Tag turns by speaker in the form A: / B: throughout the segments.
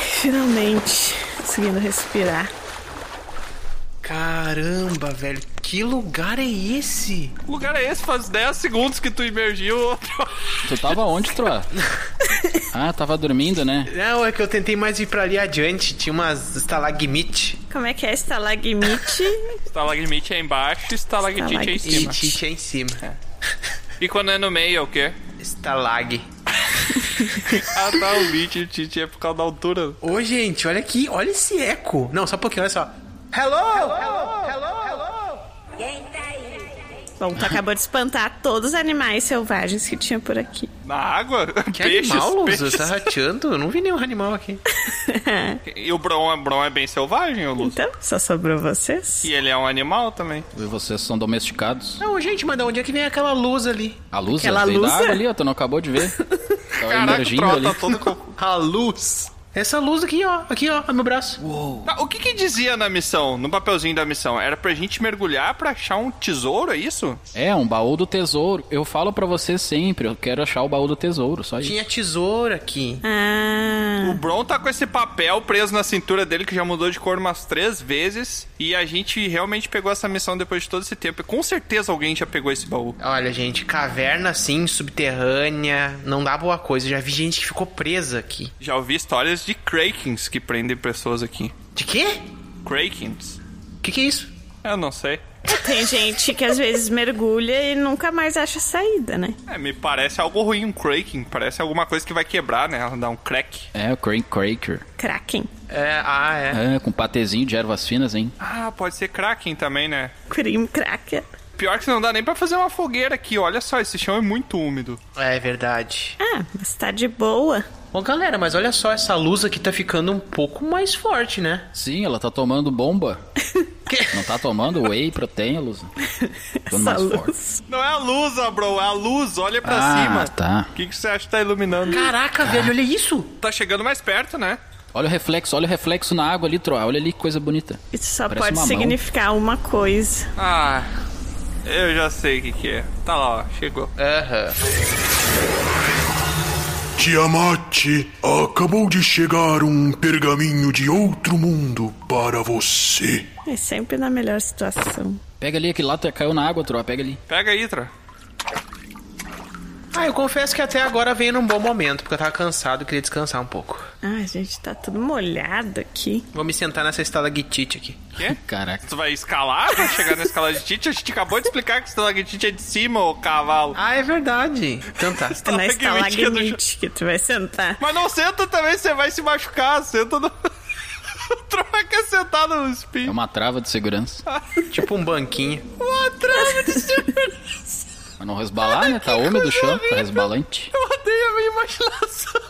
A: Finalmente conseguindo respirar.
B: Caramba, velho, que lugar é esse?
C: Que lugar é esse? Faz 10 segundos que tu emergiu.
D: Tu tava onde, Troa? Ah, tava dormindo, né?
B: Não, é que eu tentei mais ir pra ali adiante, tinha umas estalagmite.
A: Como é que é estalagmite?
C: Estalagmite é embaixo, estalactite é em
B: E
C: cima.
B: tite é em cima.
C: E quando é no meio é o quê?
B: Estalag.
C: Ah, tá, o Lite Tite é por causa da altura.
B: Ô, gente, olha aqui, olha esse eco. Não, só um pouquinho, olha só. Hello! Hello! Hello!
A: Bom, tu acabou de espantar todos os animais selvagens que tinha por aqui.
C: Na água?
B: Que
C: peixes,
B: animal, Luz?
C: peixes.
B: Tá rateando? Eu não vi nenhum animal aqui.
C: E o Bron, o Bron é bem selvagem, o Luz.
A: Então, só sobrou vocês.
C: E ele é um animal também.
D: E vocês são domesticados.
B: Não, gente, mas de onde é que vem aquela luz ali?
D: A luz
A: Aquela
D: veio
A: luz
D: da
A: é-
D: água ali, ó, tu não acabou de ver. Tava
C: Caraca, o
D: emergindo
C: Troll
D: ali.
C: tá todo... co-
B: A luz. Essa luz aqui, ó. Aqui, ó, no meu braço.
C: Tá, o que que dizia na missão, no papelzinho da missão? Era pra gente mergulhar pra achar um tesouro, é isso?
D: É, um baú do tesouro. Eu falo pra vocês sempre, eu quero achar o baú do tesouro, só isso.
B: Tinha tesoura aqui.
A: Ah,
C: O Bron tá com esse papel preso na cintura dele que já mudou de cor umas três vezes. E a gente realmente pegou essa missão depois de todo esse tempo. E com certeza alguém já pegou esse baú.
B: Olha, gente, caverna assim, subterrânea, não dá boa coisa. Eu Já vi gente que ficou presa aqui.
C: Já ouvi histórias de Krakens que prendem pessoas aqui.
B: De quê?
C: Krakens?
B: O que, que é isso?
C: Eu não sei.
A: tem gente que às vezes mergulha e nunca mais acha saída, né?
C: É, me parece algo ruim um Kraken. Parece alguma coisa que vai quebrar, né? Dá um crack.
D: É, o Crank Craker.
A: Kraken.
B: É, ah, é.
D: É, com patezinho de ervas finas, hein?
C: Ah, pode ser Kraken também, né?
A: Cream Kraken.
C: Pior que não dá nem pra fazer uma fogueira aqui. Olha só, esse chão é muito úmido.
B: É verdade.
A: Ah, mas tá de boa.
B: Ô galera, mas olha só, essa luz aqui tá ficando um pouco mais forte, né?
D: Sim, ela tá tomando bomba. Não tá tomando whey protein, Luz? Ficando
A: Essa
D: mais forte.
A: luz.
C: Não é a luz, ó, bro. É a luz. Olha pra
D: Ah,
C: cima.
D: tá.
C: O que, que você acha que tá iluminando?
B: Caraca, velho, olha isso!
C: Tá chegando mais perto, né?
D: Olha o reflexo, olha o reflexo na água ali, Troa. Olha ali que coisa bonita.
A: Isso só
D: Parece
A: pode
D: uma mão.
A: significar uma coisa.
C: Ah, eu já sei o que, que é. Tá lá, ó, chegou.
B: Aham.
E: Tiamat, acabou de chegar um pergaminho de outro mundo para você.
A: É sempre na melhor situação.
D: Pega ali, aquele lá tá- caiu na água, Troa. Pega ali.
C: Pega aí, Tra.
B: Ah, eu confesso que até agora veio num bom momento, porque eu tava cansado e queria descansar um pouco.
A: Ah, gente, tá tudo molhado aqui.
B: Vou me sentar nessa estalactite aqui.
C: Quê?
D: Caraca.
C: Tu vai escalar pra chegar na escala de Tite? A gente acabou de explicar que estalactite é de cima, ô cavalo.
B: Ah, é verdade. Então tá.
A: Tá na
C: Estalagmite é do
A: estalagmite que tu vai sentar.
C: Mas não senta também, você vai se machucar. Senta no... Troca que é sentar no
D: É
C: espinho.
D: uma trava de segurança.
B: tipo um banquinho.
C: Uma trava de segurança.
D: Pra não resbalar, né? Tá úmido o chão, tá resbalante.
C: Eu odeio a minha imaginação.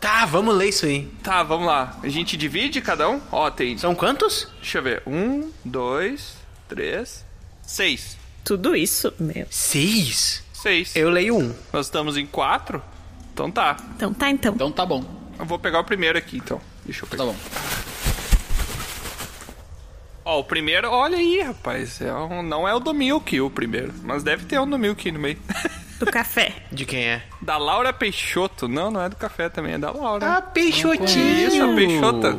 B: Tá, vamos ler isso aí.
C: Tá, vamos lá. A gente divide cada um? Ó, tem...
B: São quantos?
C: Deixa eu ver. Um, dois, três, seis.
A: Tudo isso, meu.
B: Seis?
C: Seis.
B: Eu leio um.
C: Nós estamos em quatro? Então tá.
A: Então tá, então.
D: Então tá bom,
C: Eu vou pegar o primeiro aqui, então. Deixa eu pegar.
D: tá bom.
C: Ó, o primeiro... Olha aí, rapaz. É um- Não é o do Milk, o primeiro. Mas deve ter um do Milk no meio.
A: Do café.
B: De quem é?
C: Da Laura Peixoto. Não, não é do café também, é da Laura.
B: Ah, Peixotinho.
C: Isso, a Peixota.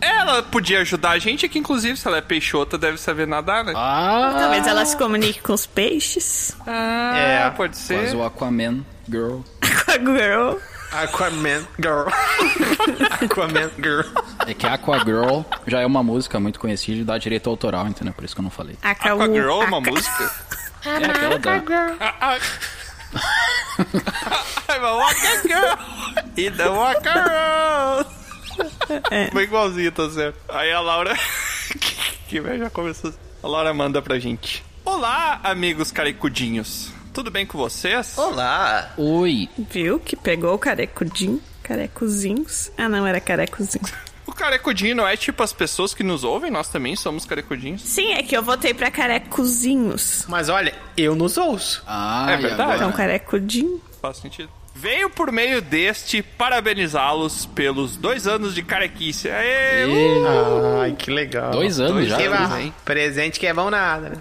C: Ela podia ajudar a gente, que inclusive, se ela é Peixota, deve saber nadar, né?
D: Ah,
A: Talvez ela se comunique com os peixes.
C: Ah,
B: É,
C: pode ser.
D: faz o Aquaman Girl.
A: Com a girl.
B: Aquaman Girl. Aquaman Girl.
D: É que Aqua Girl já é uma música muito conhecida e dá direito autoral, entendeu? Por isso que eu não falei.
A: A ca-
C: Aqua Girl é
A: a
C: uma
A: ca-
C: música?
D: É aquela da...
C: Ah, ah. I'm a Waka Girl! E da Waka Girl! Foi igualzinho, tá certo. Aí a Laura. que que já começou. A Laura manda pra gente. Olá, amigos caricudinhos. Tudo bem com vocês?
B: Olá.
D: Oi,
C: É
A: Viu que pegou o carecudinho? Carecozinhos. Ah, não, era carecozinho.
C: O carecudinho não é tipo as pessoas que nos ouvem, nós também somos carecudinhos.
A: Sim, é que eu votei pra carecozinhos.
B: Mas olha, eu nos ouço.
D: Ah,
C: É
D: e
C: verdade.
D: agora?
A: Então, carecudinho.
C: Faz sentido. Venho por meio deste parabenizá-los pelos dois anos de carequice. Aê! uh!
D: E-
B: Ai, que legal.
D: Dois
C: Dois
D: anos já.
C: anos.
D: né?
C: hein?
B: Presente que é bom nada. né?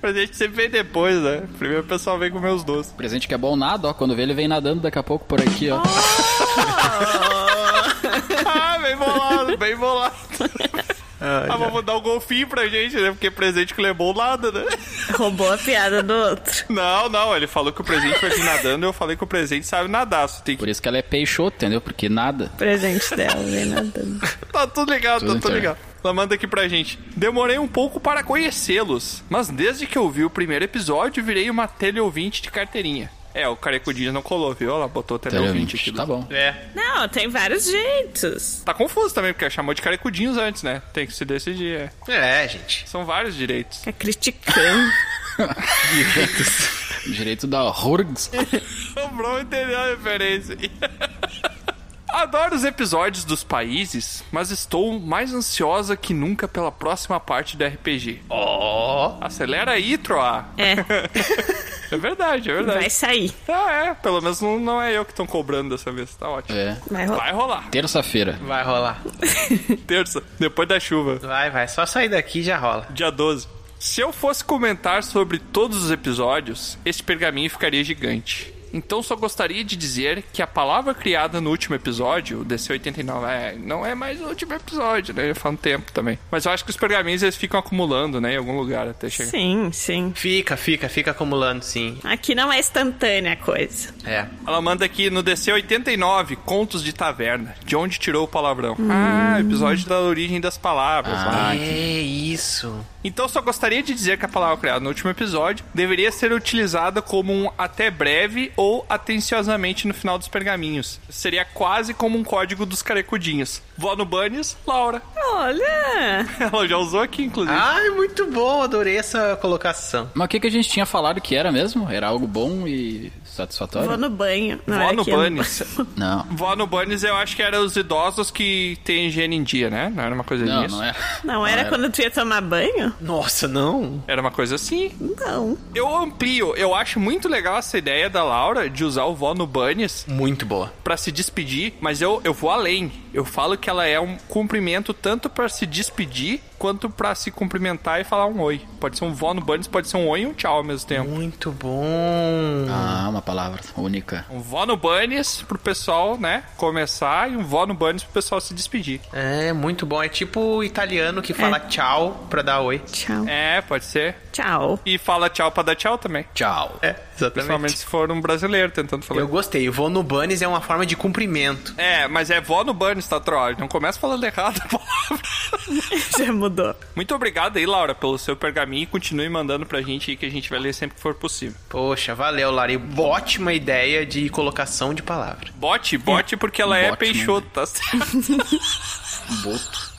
C: Pra gente sempre vem depois, né? Primeiro o pessoal vem comer os doces.
D: Presente que é bom nada, ó. Quando vê, ele vem nadando daqui a pouco por aqui, ó.
C: Ah, como dar um golfinho pra gente, né? Porque presente que levou nada, né?
A: Roubou a piada do outro.
C: Não, não, ele falou que o presente vai vir nadando, eu falei que o presente sabe nadar, só tem que...
D: Por isso que ela é peixoto, entendeu? Porque nada.
A: Presente dela, vem nadando.
C: Tá tudo legal, tá
D: Tudo
C: tudo
D: certo.
C: legal. Ela manda aqui pra gente. Demorei um pouco para conhecê-los, mas desde que eu vi o primeiro episódio, virei uma teleouvinte de carteirinha. É, o Careco Dias não colou, viu? Ela botou teleouvinte aqui.
D: Teleouvinte.
C: do-
D: Tá bom.
B: É.
A: Não, tem vários jeitos.
C: Tá confuso também, porque ela chamou de carecudinhos antes, né? Tem que se decidir, é.
B: É, gente.
C: São vários direitos.
A: Fica criticando.
D: Direito da Horgs.
C: O Bron entendeu a referência. Adoro os episódios dos países, mas estou mais ansiosa que nunca pela próxima parte do RPG.
B: Ó.
C: Acelera aí, Troa.
A: É,
C: É verdade, é verdade.
A: vai sair.
C: Ah, é. Pelo menos não, não é eu que estão cobrando dessa vez. Tá ótimo.
D: É.
A: Vai rolar.
C: Vai rolar.
D: Terça-feira.
B: Vai rolar.
C: Terça, depois da chuva.
B: Vai, vai. Só sair daqui já rola.
C: Dia 12. Se eu fosse comentar sobre todos os episódios, este pergaminho ficaria gigante. Então só gostaria de dizer que a palavra criada no último episódio, o DC89, é, não é mais o último episódio, né? Já faz um tempo também. Mas eu acho que os pergaminhos eles ficam acumulando, né? Em algum lugar até chegar.
A: Sim, sim.
B: Fica, fica, fica acumulando, sim.
A: Aqui não é instantânea a coisa.
B: É.
C: Ela manda aqui no DC89, Contos de Taverna. De onde tirou o palavrão? Ah, episódio da origem das palavras. né? lá.
D: Ah,
B: é isso.
C: Então só gostaria de dizer que a palavra criada no último episódio deveria ser utilizada como um até breve ou atenciosamente no final dos pergaminhos. Seria quase como um código dos carecudinhos. Vó no Bunnies, Laura.
A: Olha!
C: Ela já usou aqui,
D: Ah.
C: inclusive.
B: Ai, muito bom. Adorei essa colocação.
D: Mas o que, que a gente tinha falado que era mesmo? Era algo bom e satisfatório?
A: Vou no banho. Não,
C: Vó
A: era
C: no
A: aqui, é no
C: Bunnies.
D: Não.
C: Vó no Bunnies eu acho que era os idosos que têm higiene em dia, né? Não era uma coisa
D: Não,
C: disso?
D: não é.
A: Não era
D: era.
A: quando tu ia tomar banho?
B: Nossa, não.
C: Era uma coisa assim.
A: Não.
C: Eu amplio. Eu acho muito legal essa ideia da Laura de usar o vó no Bunnies
B: Muito boa.
C: Pra se despedir, mas eu, eu vou além. Eu falo que ela é um cumprimento tanto pra se despedir quanto pra se cumprimentar e falar um oi. Pode ser um vó no Bunnies, pode ser um oi e um tchau ao mesmo tempo.
B: Muito bom.
D: Ah, uma palavra única.
C: Um vó no Bunnies pro pessoal, né, começar e um vó no Bunnies pro pessoal se despedir.
B: É, muito bom. É tipo o italiano que fala tchau pra dar oi.
A: Tchau.
C: É, pode ser.
A: Tchau.
C: E fala tchau pra dar tchau também.
D: Tchau.
B: É,
C: Principalmente se for um brasileiro tentando falar.
B: Eu gostei. Vou no Bunnies é uma forma de cumprimento.
C: É, mas é vó no Bunnies, tá, Troll? Não começa falando errado a palavra.
A: Já mudou.
C: Muito obrigado aí, Laura, pelo seu pergaminho e continue mandando pra gente aí que a gente vai ler sempre que for possível.
B: Poxa, valeu, Lari. Ótima ideia de colocação de palavra.
C: Bote, bote, porque ela é
D: Bote,
C: Peixoto, tá certo?
D: Boto.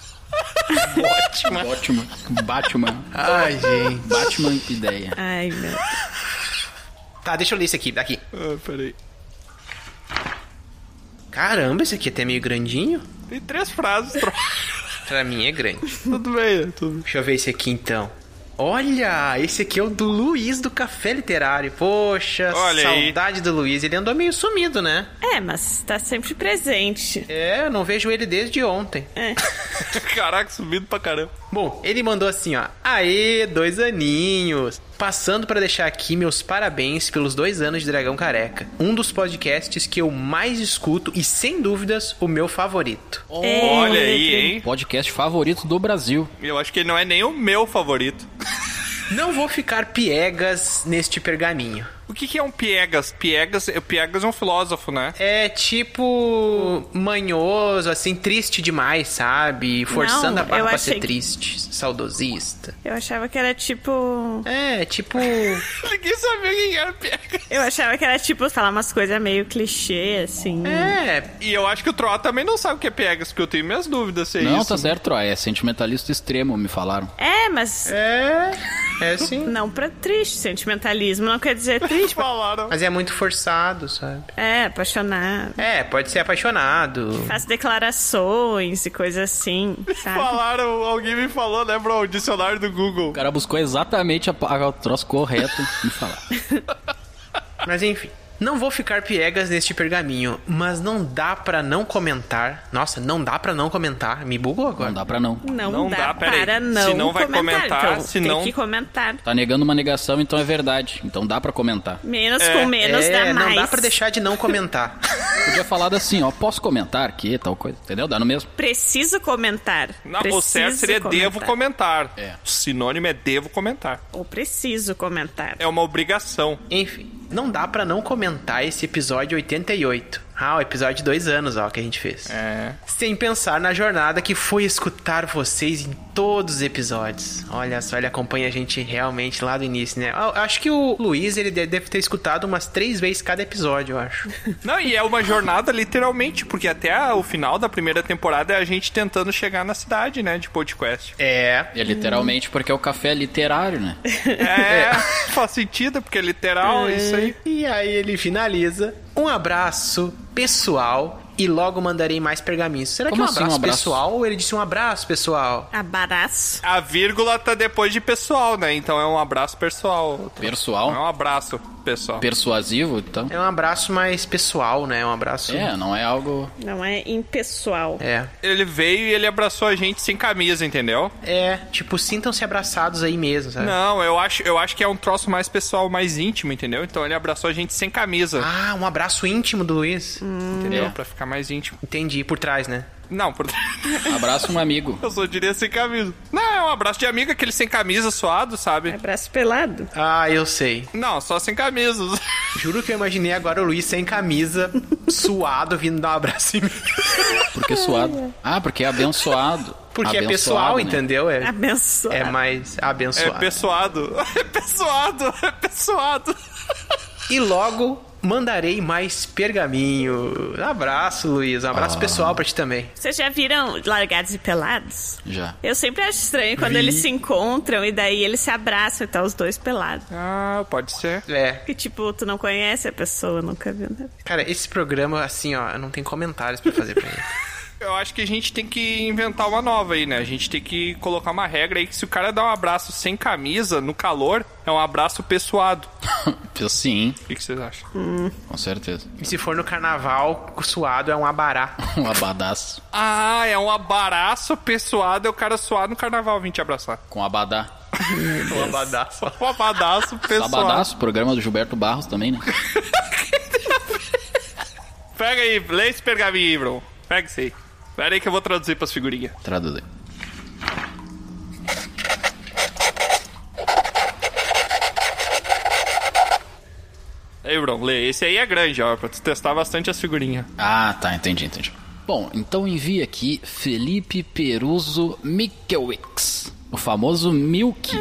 B: Ótima.
D: Batman. Batman.
B: Ai, gente.
D: Batman ideia.
A: Ai, meu.
B: Tá, deixa eu ler esse aqui. Daqui.
C: ah, peraí.
B: Caramba, esse aqui é até meio grandinho.
C: Tem três frases, tro...
B: Pra mim é grande.
C: Tudo bem, né? Tudo...
B: Deixa eu ver esse aqui então. Olha, esse aqui é o do Luiz do Café Literário. Poxa,
C: Olha aí.
B: saudade do Luiz. Ele andou meio sumido, né?
A: É, mas tá sempre presente.
B: É, eu não vejo ele desde ontem.
C: Caraca, subido pra caramba.
B: Bom, ele mandou assim, ó. Aê, dois aninhos. Passando pra deixar aqui meus parabéns pelos dois anos de Dragão Careca. Um dos podcasts que eu mais escuto e, sem dúvidas, o meu favorito.
A: É,
C: Olha aí, hein?
D: Podcast favorito do Brasil.
C: Eu acho que ele não é nem o meu favorito.
B: Não vou ficar piegas neste pergaminho.
C: O que, que é um Piegas? Piegas? Piegas é um filósofo, né?
B: É tipo manhoso, assim, triste demais, sabe? Forçando
A: Não,
B: a barra
A: eu
B: pra
A: achei
B: ser
A: que-
B: triste, saudosista.
A: Eu achava que era tipo.
B: É, tipo.
C: Ninguém sabia quem era Piegas.
A: Eu achava que era tipo falar umas coisas meio clichê, assim.
B: é,
C: E eu acho que o Troá também não sabe o que é Piegas, porque eu tenho minhas dúvidas se é
D: não,
C: isso.
D: tá certo, Troia. É sentimentalista extremo, me falaram.
A: É, mas
B: é. É sim.
A: não pra triste. Sentimentalismo não quer dizer triste.
C: Falaram.
B: Mas é muito forçado, sabe?
A: é, apaixonado.
B: É, pode ser apaixonado.
A: Faz declarações e coisa assim, sabe?
C: Falaram, alguém me falou, né, bro? O dicionário do Google.
D: O cara buscou exatamente a, a, o troço correto me falar.
B: Mas enfim. Não vou ficar piegas neste pergaminho, mas não dá pra não comentar. Nossa, não dá pra não comentar. Me bugou agora.
D: Não dá pra não.
A: Não,
C: Não
A: dá,
C: dá, peraí.
A: para
C: Se
A: não,
C: não vai comentar,
A: Então,
C: se
A: tem
C: não-
A: que comentar.
D: Tá negando uma negação, então é verdade. Então dá pra comentar.
A: Menos
C: É,
A: com menos
B: é,
A: dá mais.
B: não dá pra deixar de não comentar.
D: Podia falar assim, ó, posso comentar que tal coisa, entendeu? Dá no mesmo.
A: Preciso comentar.
C: Não,
A: preciso
C: o certo seria devo comentar.
D: É.
C: O sinônimo é devo comentar.
A: Ou preciso comentar.
C: É uma obrigação.
B: Enfim, não dá pra não comentar esse episódio 88. Ah, o episódio de dois anos, ó, que a gente fez.
C: É.
B: Sem pensar na jornada que foi escutar vocês em todos os episódios. Olha só, ele acompanha a gente realmente lá do início, né? Eu acho que o Luiz, ele de- deve ter escutado umas três vezes cada episódio, eu acho.
C: Não, e é uma jornada literalmente, porque até a- o final da primeira temporada é a gente tentando chegar na cidade, né, de podcast.
B: É.
D: É literalmente porque o café é literário, né?
C: É, faz sentido, porque é literal, é isso aí.
B: E aí ele finaliza. Um abraço pessoal e logo mandarei mais pergaminhos. Será que
D: Como
B: é um
D: assim,
B: abraço,
D: um abraço?
B: pessoal ou ele disse um abraço pessoal?
A: Abaraço.
C: A vírgula tá depois de pessoal, né? Então é um abraço pessoal. É
D: Pessoal,
C: um abraço, pessoal.
D: persuasivo, então.
B: É um abraço mais pessoal, né? Um abraço.
D: É, não é algo...
A: Não é impessoal.
B: É.
C: Ele veio e ele abraçou a gente sem camisa, entendeu?
B: É, tipo, sintam-se abraçados aí mesmo, sabe?
C: Não, eu acho, eu acho que é um troço mais pessoal, mais íntimo, entendeu? Então ele abraçou a gente sem camisa,
B: Ah, um abraço íntimo do Luiz.
C: entendeu?
D: É.
C: Pra ficar mais íntimo.
B: Entendi, por trás, né?
C: Não, por...
D: Abraça um amigo.
C: eu só diria sem camisa. Não, é um abraço de amigo, aquele sem camisa, suado, sabe?
A: Abraço pelado.
B: Ah, eu sei.
C: Não, só sem camisa.
B: Juro que eu imaginei agora o Luiz sem camisa, suado, vindo dar um abraço em mim.
D: Porque suado. Ah, porque é abençoado.
B: Porque é
D: Abençoado,
B: pessoal,
D: né?
B: entendeu? É,
A: Abençoado.
B: é mais
C: É
B: abençoado.
C: pessoado. É pessoado, é pessoado.
B: E logo mandarei mais pergaminho. Abraço, Luiz. Um abraço pessoal pra ti também.
A: Vocês já viram Largados e Pelados?
D: Já.
A: Eu sempre acho estranho quando
D: Vi.
A: eles se encontram e daí eles se abraçam e tá os dois pelados.
C: Ah, pode ser.
B: É,
A: Que tipo, tu não conhece a pessoa, nunca viu né? nada.
B: cara, esse programa, assim, ó, eu não tem comentários pra fazer pra ele.
C: Eu acho que a gente tem que inventar uma nova aí, né? A gente tem que colocar uma regra aí que se o cara dá um abraço sem camisa, no calor, é um abraço pessoado.
D: Sim,
C: O que, que vocês acham?
D: com certeza.
B: E se for no carnaval, suado é um abará.
D: Um abadaço.
C: Ah, é um abraço pessoado, é o cara suado no carnaval vim te abraçar.
D: Com abadá.
B: um abadá.
C: Um abraço pessoado.
D: Sabadaço, programa do Gilberto Barros também, né?
C: Pega aí, lê esse pergaminho aí, bro. Pega isso aí. Pera aí que eu vou traduzir pras figurinhas.
D: Traduzir.
C: Aí, bro, lê. Esse aí é grande, ó, pra tu testar bastante as figurinhas.
D: Ah, tá, entendi, entendi. Bom, então envia aqui Felipe Peruso Mikewix, o famoso Milk.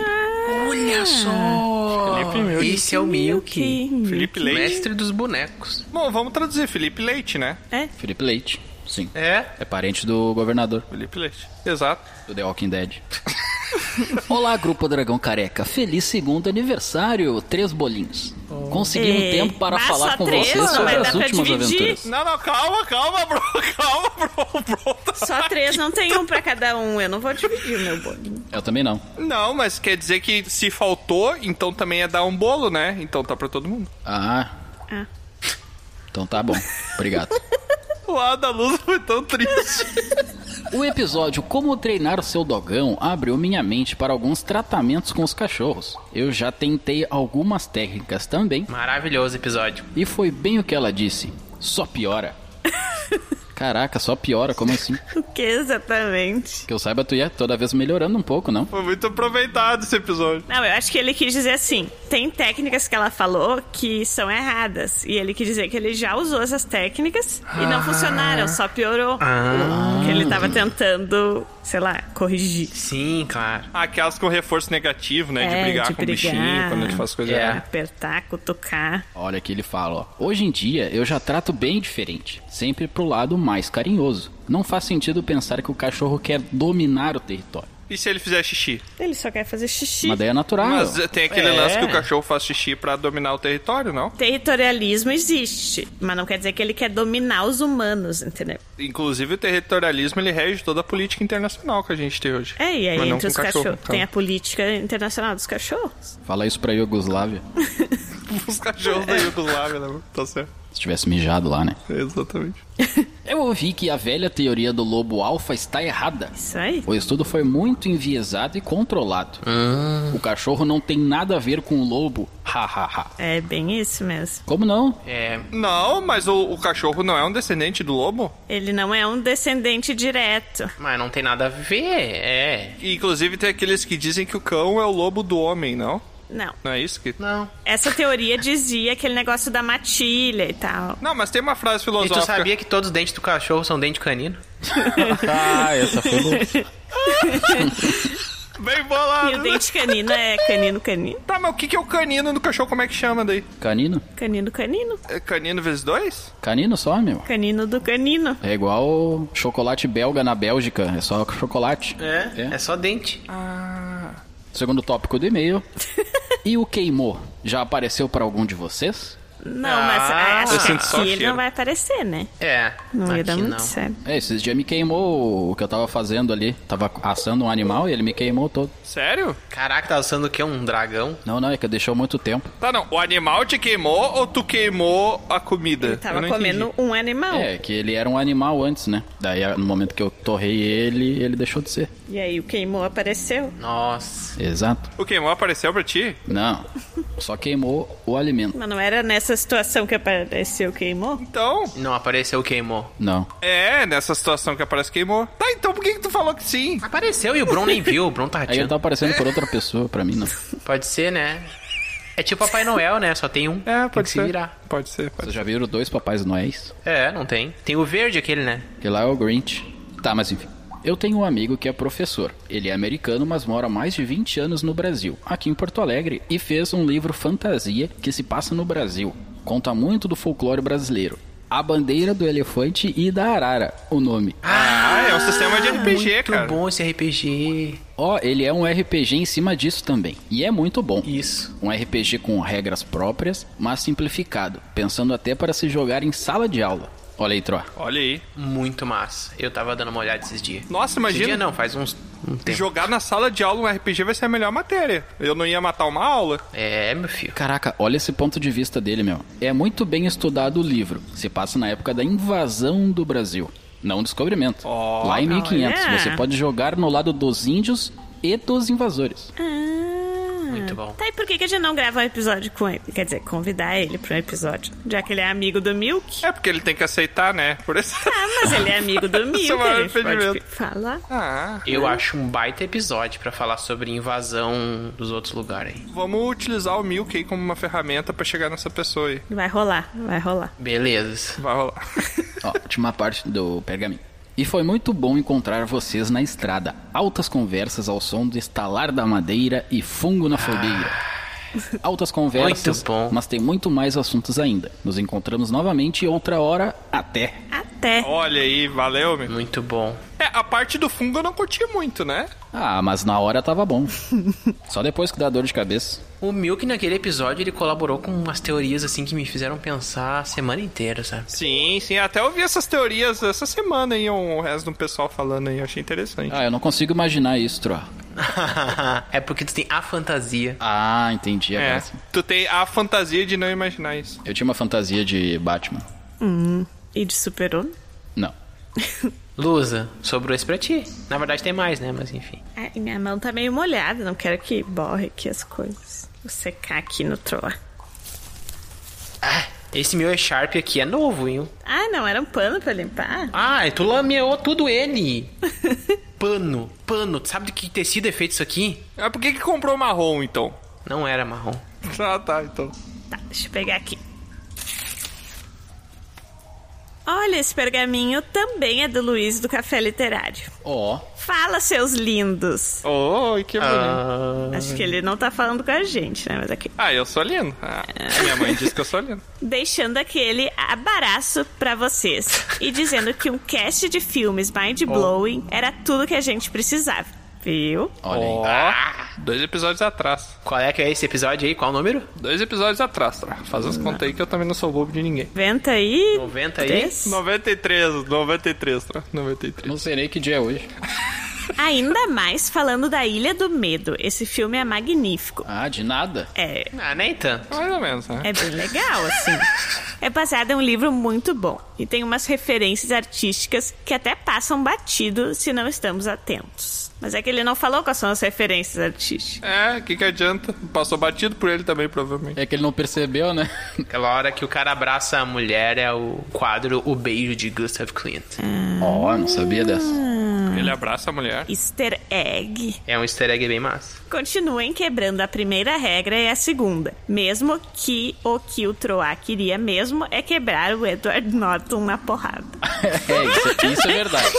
B: Olha só!
C: Felipe Milk.
B: Esse é o
A: Ah,
B: Milk,
A: Hum,
C: Felipe Leite.
B: mestre dos bonecos.
C: Bom, vamos traduzir. Felipe Leite, né?
A: É?
D: Felipe Leite, sim.
B: É?
D: É parente do governador
C: Felipe Leite. Exato.
D: do The Walking Dead. Olá, Grupo Dragão Careca. Feliz segundo aniversário, três bolinhos. Consegui um
A: Ei,
D: tempo para
A: mas
D: falar
A: só
D: com
A: três?
D: vocês
A: Não
D: sobre
A: vai dar
D: as
A: pra
D: últimas
A: dividir?
D: aventuras.
C: Não, não, calma, calma, bro. Calma, bro. bro tá-
A: Só três, não tem um pra cada um. Eu não vou dividir o meu bolinho.
D: Eu também não.
C: Não, mas quer dizer que se faltou, então também é dar um bolo, né? Então tá pra todo mundo.
D: Ah.
A: Ah.
D: Então tá bom. Obrigado.
C: O lado da luz foi tão triste.
D: O episódio Como Treinar o Seu Dogão abriu minha mente para alguns tratamentos com os cachorros. Eu já tentei algumas técnicas também
B: Maravilhoso episódio.
D: e foi bem o que ela disse. Só piora. Caraca, só piora, como assim?
A: O que exatamente?
D: Que eu saiba, tu ia toda vez melhorando um pouco, não?
C: Foi muito aproveitado esse episódio.
A: Não, eu acho que ele quis dizer assim: tem técnicas que ela falou que são erradas. E ele quis dizer que ele já usou essas técnicas e
C: Ah.
A: não funcionaram, só piorou. Que ele tava tentando, sei lá, corrigir.
B: Sim, claro.
C: Ah, Aquelas com reforço negativo, né? de
A: É,
C: brigar
A: de
C: com o
A: brigar.
C: bichinho quando ele faz coisa
B: É.
C: errada.
A: Apertar, cutucar.
D: Olha que ele fala, ó. Hoje em dia eu já trato bem diferente, sempre pro lado mais carinhoso. Não faz sentido pensar que o cachorro quer dominar o território.
C: E se ele fizer xixi?
A: Ele só quer fazer xixi.
D: Uma ideia
A: Ah,
D: natural.
C: Mas tem aquele
B: É.
C: lance que o cachorro faz xixi pra dominar o território, não?
A: Territorialismo existe, mas não quer dizer que ele quer dominar os humanos, entendeu?
C: Inclusive o territorialismo ele rege toda a política internacional que a gente tem hoje.
A: É, e aí
C: Mas não
A: entre
C: com
A: os
C: cachorro,
A: cachorros.
C: então.
A: Tem a política internacional dos cachorros.
D: Fala isso pra Iugoslávia.
B: É.
C: Os cachorros da Iugoslávia, né? Tá certo.
D: Se tivesse mijado lá, né?
C: Exatamente.
D: Eu ouvi que a velha teoria do lobo alfa está errada.
A: Isso aí.
D: O estudo foi muito enviesado e controlado. O cachorro não tem nada a ver com o lobo. Ha, ha, ha.
A: É bem isso mesmo.
D: Como não?
B: É,
C: Não, mas o, o cachorro não é um descendente do lobo?
A: Ele não é um descendente direto.
B: mas não tem nada a ver, é.
C: E, Inclusive tem aqueles que dizem que o cão é o lobo do homem, não?
A: Não.
C: Não é isso que...
B: Não.
A: Essa teoria dizia aquele negócio da matilha e tal.
C: Não, mas tem uma frase
B: E tu
C: filosófica.
B: sabia que todos os dentes do cachorro são dente canino?
D: Ah, essa foi louca.
C: Bem
A: E o
C: bolado, né?
A: dente canino é canino canino.
C: Tá, mas o que que é o canino do cachorro? Como é que chama daí?
D: Canino?
A: Canino canino.
C: É canino vezes dois?
D: Canino só, meu.
A: Canino do canino.
D: É igual chocolate belga na Bélgica, é só chocolate.
B: É só dente.
A: Ah.
D: Segundo tópico do e-mail. e o queimou? Já apareceu pra algum de vocês?
A: Não,
B: Ah,
A: mas
B: eu
A: acho que
C: sinto só o
A: aqui ele
C: cheiro.
A: não vai aparecer, né?
B: É.
A: Não ia
B: Aqui
A: dar muito
B: não.
A: certo.
D: É, esses dias me queimou o que eu tava fazendo ali. Tava assando um animal e ele me queimou todo.
C: Sério?
B: Caraca, tá usando o que? Um dragão?
D: Não, não, é que deixou muito tempo.
C: Tá, não. O animal te queimou ou tu queimou a comida?
A: Ele
C: Eu
A: tava
C: não
A: comendo
C: entendi.
A: um animal.
D: É, que ele era um animal antes, né? Daí, a- no momento que eu torrei ele, ele deixou de ser.
A: E aí o queimou apareceu.
B: Nossa.
D: Exato.
C: O queimou apareceu pra ti?
D: Não. Só queimou o alimento.
A: Mas não era nessa situação que apareceu o queimou?
C: Então,
B: Não apareceu, queimou.
D: Não.
C: é, nessa situação que aparece queimou. Tá, então por que que tu falou que sim?
B: Apareceu e o Bron nem viu, o Bron tá
D: Aí ele
B: ratiando.
D: tava aparecendo por outra pessoa, pra mim não. Vocês
B: Pode ser, né? É tipo Papai Noel, né? Só tem um.
C: É,
B: tem
C: pode
B: que
C: ser.
B: se virar.
C: Pode ser, pode
D: já viram dois papais noéis?
B: É, não tem. Tem o verde aquele, né?
D: Que lá é o Grinch. Tá, mas enfim. Eu tenho um amigo que é professor. Ele é americano, mas mora há mais de 20 anos no Brasil, aqui em Porto Alegre, e fez um livro fantasia que se passa no Brasil. Conta muito do folclore brasileiro. A bandeira do elefante e da arara, o nome.
C: Ah, é um sistema de RPG,
B: Muito
C: cara.
B: bom esse RPG.
D: Ó, ele é um RPG em cima disso também, e é muito bom.
B: Isso.
D: Um RPG com regras próprias, mas simplificado, pensando até para se jogar em sala de aula. Olha aí, Troa.
C: Olha aí.
B: Muito massa. Eu tava dando uma olhada esses dias.
C: Nossa,
B: Esses
C: imagina.
B: dias não, faz uns... um tempo.
C: Jogar na sala de aula um RPG vai ser a melhor matéria. Eu não ia matar uma aula.
B: É, meu filho.
D: Caraca, olha esse ponto de vista dele, meu. É muito bem estudado o livro. Se passa na época da invasão do Brasil. Não um descobrimento. Lá em 1500,
B: é.
A: olha.
D: você pode jogar no lado dos índios e dos invasores.
A: Ah.
B: Muito bom.
A: Tá, e por que, que a gente não grava um episódio com ele? Quer dizer, convidar ele pra um episódio. Já que ele é amigo do Milk.
C: É porque ele tem que aceitar, né? Por isso.
A: Ah, mas ele é amigo do Milk.
C: é o maior
A: ele pode
C: impedimento.
A: falar.
C: Ah,
B: Eu acho um baita episódio pra falar sobre invasão dos outros lugares aí.
C: vamos utilizar o Milk aí como uma ferramenta pra chegar nessa pessoa aí.
A: Vai rolar, vai rolar.
B: Beleza.
C: Vai rolar.
D: Ó, última parte do pergaminho. E foi muito bom encontrar vocês na estrada. Altas conversas ao som do estalar da madeira e fungo na fogueira. Altas conversas,
B: Ah. Muito bom.
D: mas tem muito mais assuntos ainda. Nos encontramos novamente outra hora. Até.
A: Até.
C: Olha aí, valeu, meu.
B: Muito bom.
C: É, a parte do fungo eu não curti muito, né?
D: Ah, mas na hora tava bom. Só depois que dá dor de cabeça.
B: O Milk naquele episódio ele colaborou com umas teorias assim que me fizeram pensar a semana inteira, sabe?
C: Sim, sim. Até ouvi essas teorias essa semana aí, um- o resto do pessoal falando aí. eu Achei interessante.
D: Ah, eu não consigo imaginar isso, Tro.
B: é porque tu tem a fantasia.
D: Ah, entendi a
C: é.
D: graça.
C: Tu tem a fantasia de não imaginar isso.
D: Eu tinha uma fantasia de Batman.
A: E de superou?
D: Não.
B: Lusa, sobrou esse pra ti. Na verdade tem mais, né? Mas enfim.
A: Ai, minha mão tá meio molhada, não quero que borre aqui as coisas. Vou secar aqui no troa.
B: Ah, esse meu E-Sharp aqui é novo, hein?
A: Ah, não, era um pano pra limpar?
B: Ah, tu lameou tudo ele. Pano, pano. Tu sabe de que tecido é feito isso aqui?
C: Ah, por que que comprou marrom, então?
B: Não era marrom.
C: Ah, tá, então.
A: Tá, deixa eu pegar aqui. Olha, esse pergaminho também é do Luiz do Café Literário.
D: Ó.
A: Fala, seus lindos!
C: Oi, que bonito.
D: Ah.
B: Ah,
A: Acho que ele não tá falando com a gente, né? Mas aqui.
C: Ah, eu sou lindo. Ah,
D: É.
C: minha mãe disse que eu sou lindo.
A: Deixando aquele abaraço pra vocês. E dizendo que um cast de filmes mind-blowing era tudo que a gente precisava. Viu?
D: Olha aí.
C: Ó, dois episódios atrás.
B: Qual é que é esse episódio aí? Qual o número?
C: Dois episódios atrás, tá? Faz
D: Ah.
C: as contas aí que eu também não sou bobo de ninguém.
A: Venta aí.
B: 90 aí?
A: três.
C: 93, 93, tá? 93.
D: Não sei nem que dia é hoje.
A: Ainda mais falando da Ilha do Medo. Esse filme é magnífico.
D: Ah, de nada.
A: É,
B: Ah, nem tanto.
C: Mais ou menos, né?
A: é bem legal, assim. É baseado em um livro muito bom e tem umas referências artísticas que até passam batido se não estamos atentos. Mas é que ele não falou quais são as referências artísticas.
C: É, o que, que adianta? Passou batido por ele também, provavelmente.
D: É que ele não percebeu, né?
B: Aquela hora que o cara abraça a mulher é o quadro O Beijo de Gustav Klimt.
D: Ó, não sabia dessa.
C: Ele abraça a mulher.
A: Easter egg.
B: É um easter egg bem massa.
A: Continuem quebrando a primeira regra e a segunda. Mesmo que o que o Troá queria mesmo é quebrar o Edward Norton na porrada.
C: Ah.
D: É, isso, isso é verdade.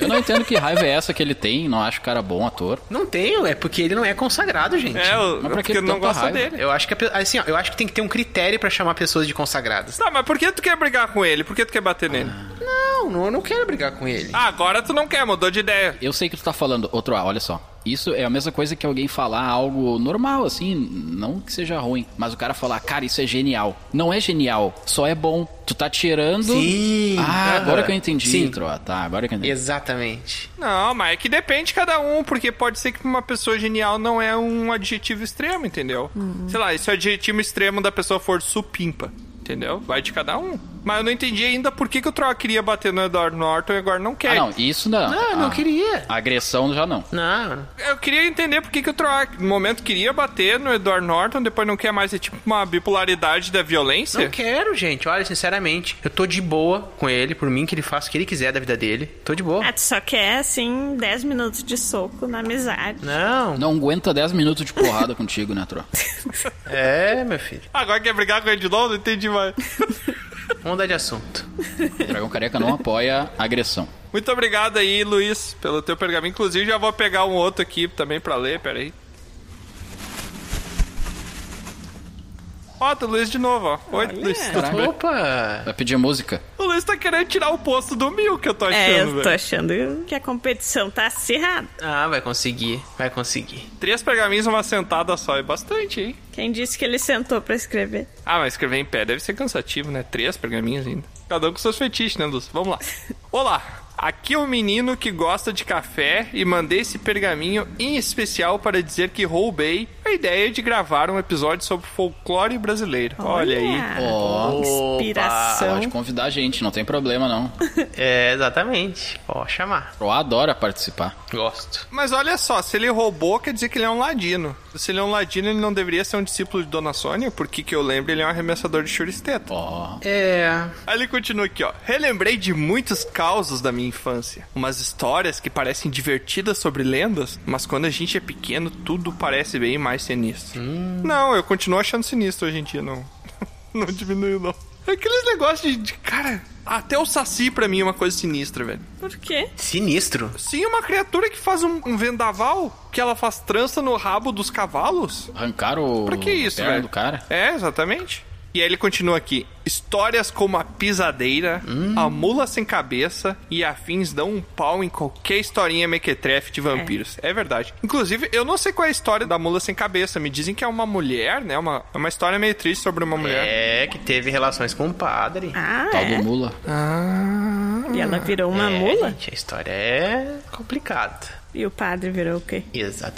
D: Eu não entendo que raiva é essa que ele tem, não acho o cara bom ator.
B: Não tenho, é porque ele não é consagrado, gente.
C: É, eu,
D: Mas pra que
C: porque eu não
D: tanta
C: gosto
D: raiva?
C: dele.
B: Eu acho que a pe- assim, ó, eu acho que tem que ter um critério pra chamar pessoas de consagradas.
C: Tá, mas por que tu quer brigar com ele? Por que tu quer bater nele?
B: Não, não, eu não quero brigar com ele.
C: Ah, agora tu não quer, mudou de ideia.
D: Eu sei que tu tá falando, outro A, olha só. Isso é a mesma coisa que alguém falar algo normal, assim, não que seja ruim, mas o cara falar, cara, isso é genial. Não é genial, só é bom. Tu tá tirando.
B: Sim.
D: Ah,
B: Aham.
D: agora que eu entendi,
B: Sim.
D: Troa. Tá, agora que eu entendi.
B: Exatamente.
C: Não, mas é que depende de cada um, porque pode ser que uma pessoa genial não é um adjetivo extremo, entendeu? Sei lá, e se o adjetivo extremo da pessoa for supimpa, entendeu? Vai de cada um. Mas eu não entendi ainda por que, que o Troll queria bater no Edward Norton e agora não quer.
D: Ah, não, isso não.
B: Ah, não
D: Ah,
B: queria.
D: Agressão já não.
B: Não.
C: Eu queria entender por que, que o Troll, no momento, queria bater no Edward Norton, depois não quer mais. É tipo uma bipolaridade da violência.
B: Não quero, gente. Olha, sinceramente, eu tô de boa com ele, por mim que ele faça o que ele quiser da vida dele. Tô de boa.
A: Ah, tu só quer, assim, 10 minutos de soco na amizade.
B: Não.
D: Não aguenta 10 minutos de porrada contigo, né, Troa?
B: É, meu filho.
C: Agora quer brigar com ele de novo? Não entendi mais.
B: Vamos mudar de assunto.
D: Dragão Careca não apoia agressão.
C: Muito obrigado aí, Luiz, pelo teu pergaminho. Inclusive, já vou pegar um outro aqui também pra ler, peraí. Ó, do Luiz de novo, ó. Oi, Luiz.
B: Tá.
D: Caraca.
B: Opa!
D: Vai pedir música.
C: O Luiz tá querendo tirar o posto do Mil, que eu tô achando,
A: É, eu tô
C: velho.
A: achando que a competição tá acirrada.
B: Ah, vai conseguir, vai conseguir.
C: Três pergaminhos, uma sentada só, é bastante, hein?
A: Quem disse que ele sentou pra escrever?
C: Ah, mas escrever em pé deve ser cansativo, né? Três pergaminhos ainda. Cada um com seus fetiches, né, Luz? Vamos lá. Olá, aqui é um menino que gosta de café e mandei esse pergaminho em especial para dizer que roubei a ideia de gravar um episódio sobre folclore brasileiro. Olha, aí.
D: Ó.
A: Inspiração.
D: Pode convidar a gente, não tem problema não.
B: É, exatamente. Ó, chamar.
D: Troa adora participar.
B: Gosto.
C: Mas olha só, se ele roubou, quer dizer que ele é um ladino. Se ele é um ladino, ele não deveria ser um discípulo de Dona Sônia, porque que eu lembro, ele é um arremessador de churisteta.
D: Ó.
B: É.
C: Aí ele continua aqui, ó. Relembrei de muitos causos da minha infância. Umas histórias que parecem divertidas sobre lendas, mas quando a gente é pequeno, tudo parece bem mais sinistro. Não, eu continuo achando sinistro hoje em dia, não. não diminuiu, não. Aqueles negócios de, de- Cara, até o Saci pra mim é uma coisa sinistra, velho.
A: Por quê?
B: Sinistro.
C: Sim, é uma criatura que faz um, um vendaval, que ela faz trança no rabo dos cavalos.
D: Arrancaram o
C: Pra que isso,
D: a perna
C: velho?
D: do cara.
C: É, exatamente. E aí ele continua aqui. Histórias como a pisadeira, a mula sem cabeça e afins dão um pau em qualquer historinha mequetrefe de vampiros. É. verdade. Inclusive, eu não sei qual é a história da mula sem cabeça. Me dizem que é uma mulher, né? Uma, é uma história meio triste sobre uma mulher.
B: É, que teve relações com o padre.
A: Ah,
C: tá
D: Tal do mula.
C: Ah.
A: é? E ela virou uma
B: é,
A: mula?
B: Gente, a história é complicada.
A: E o padre virou o quê?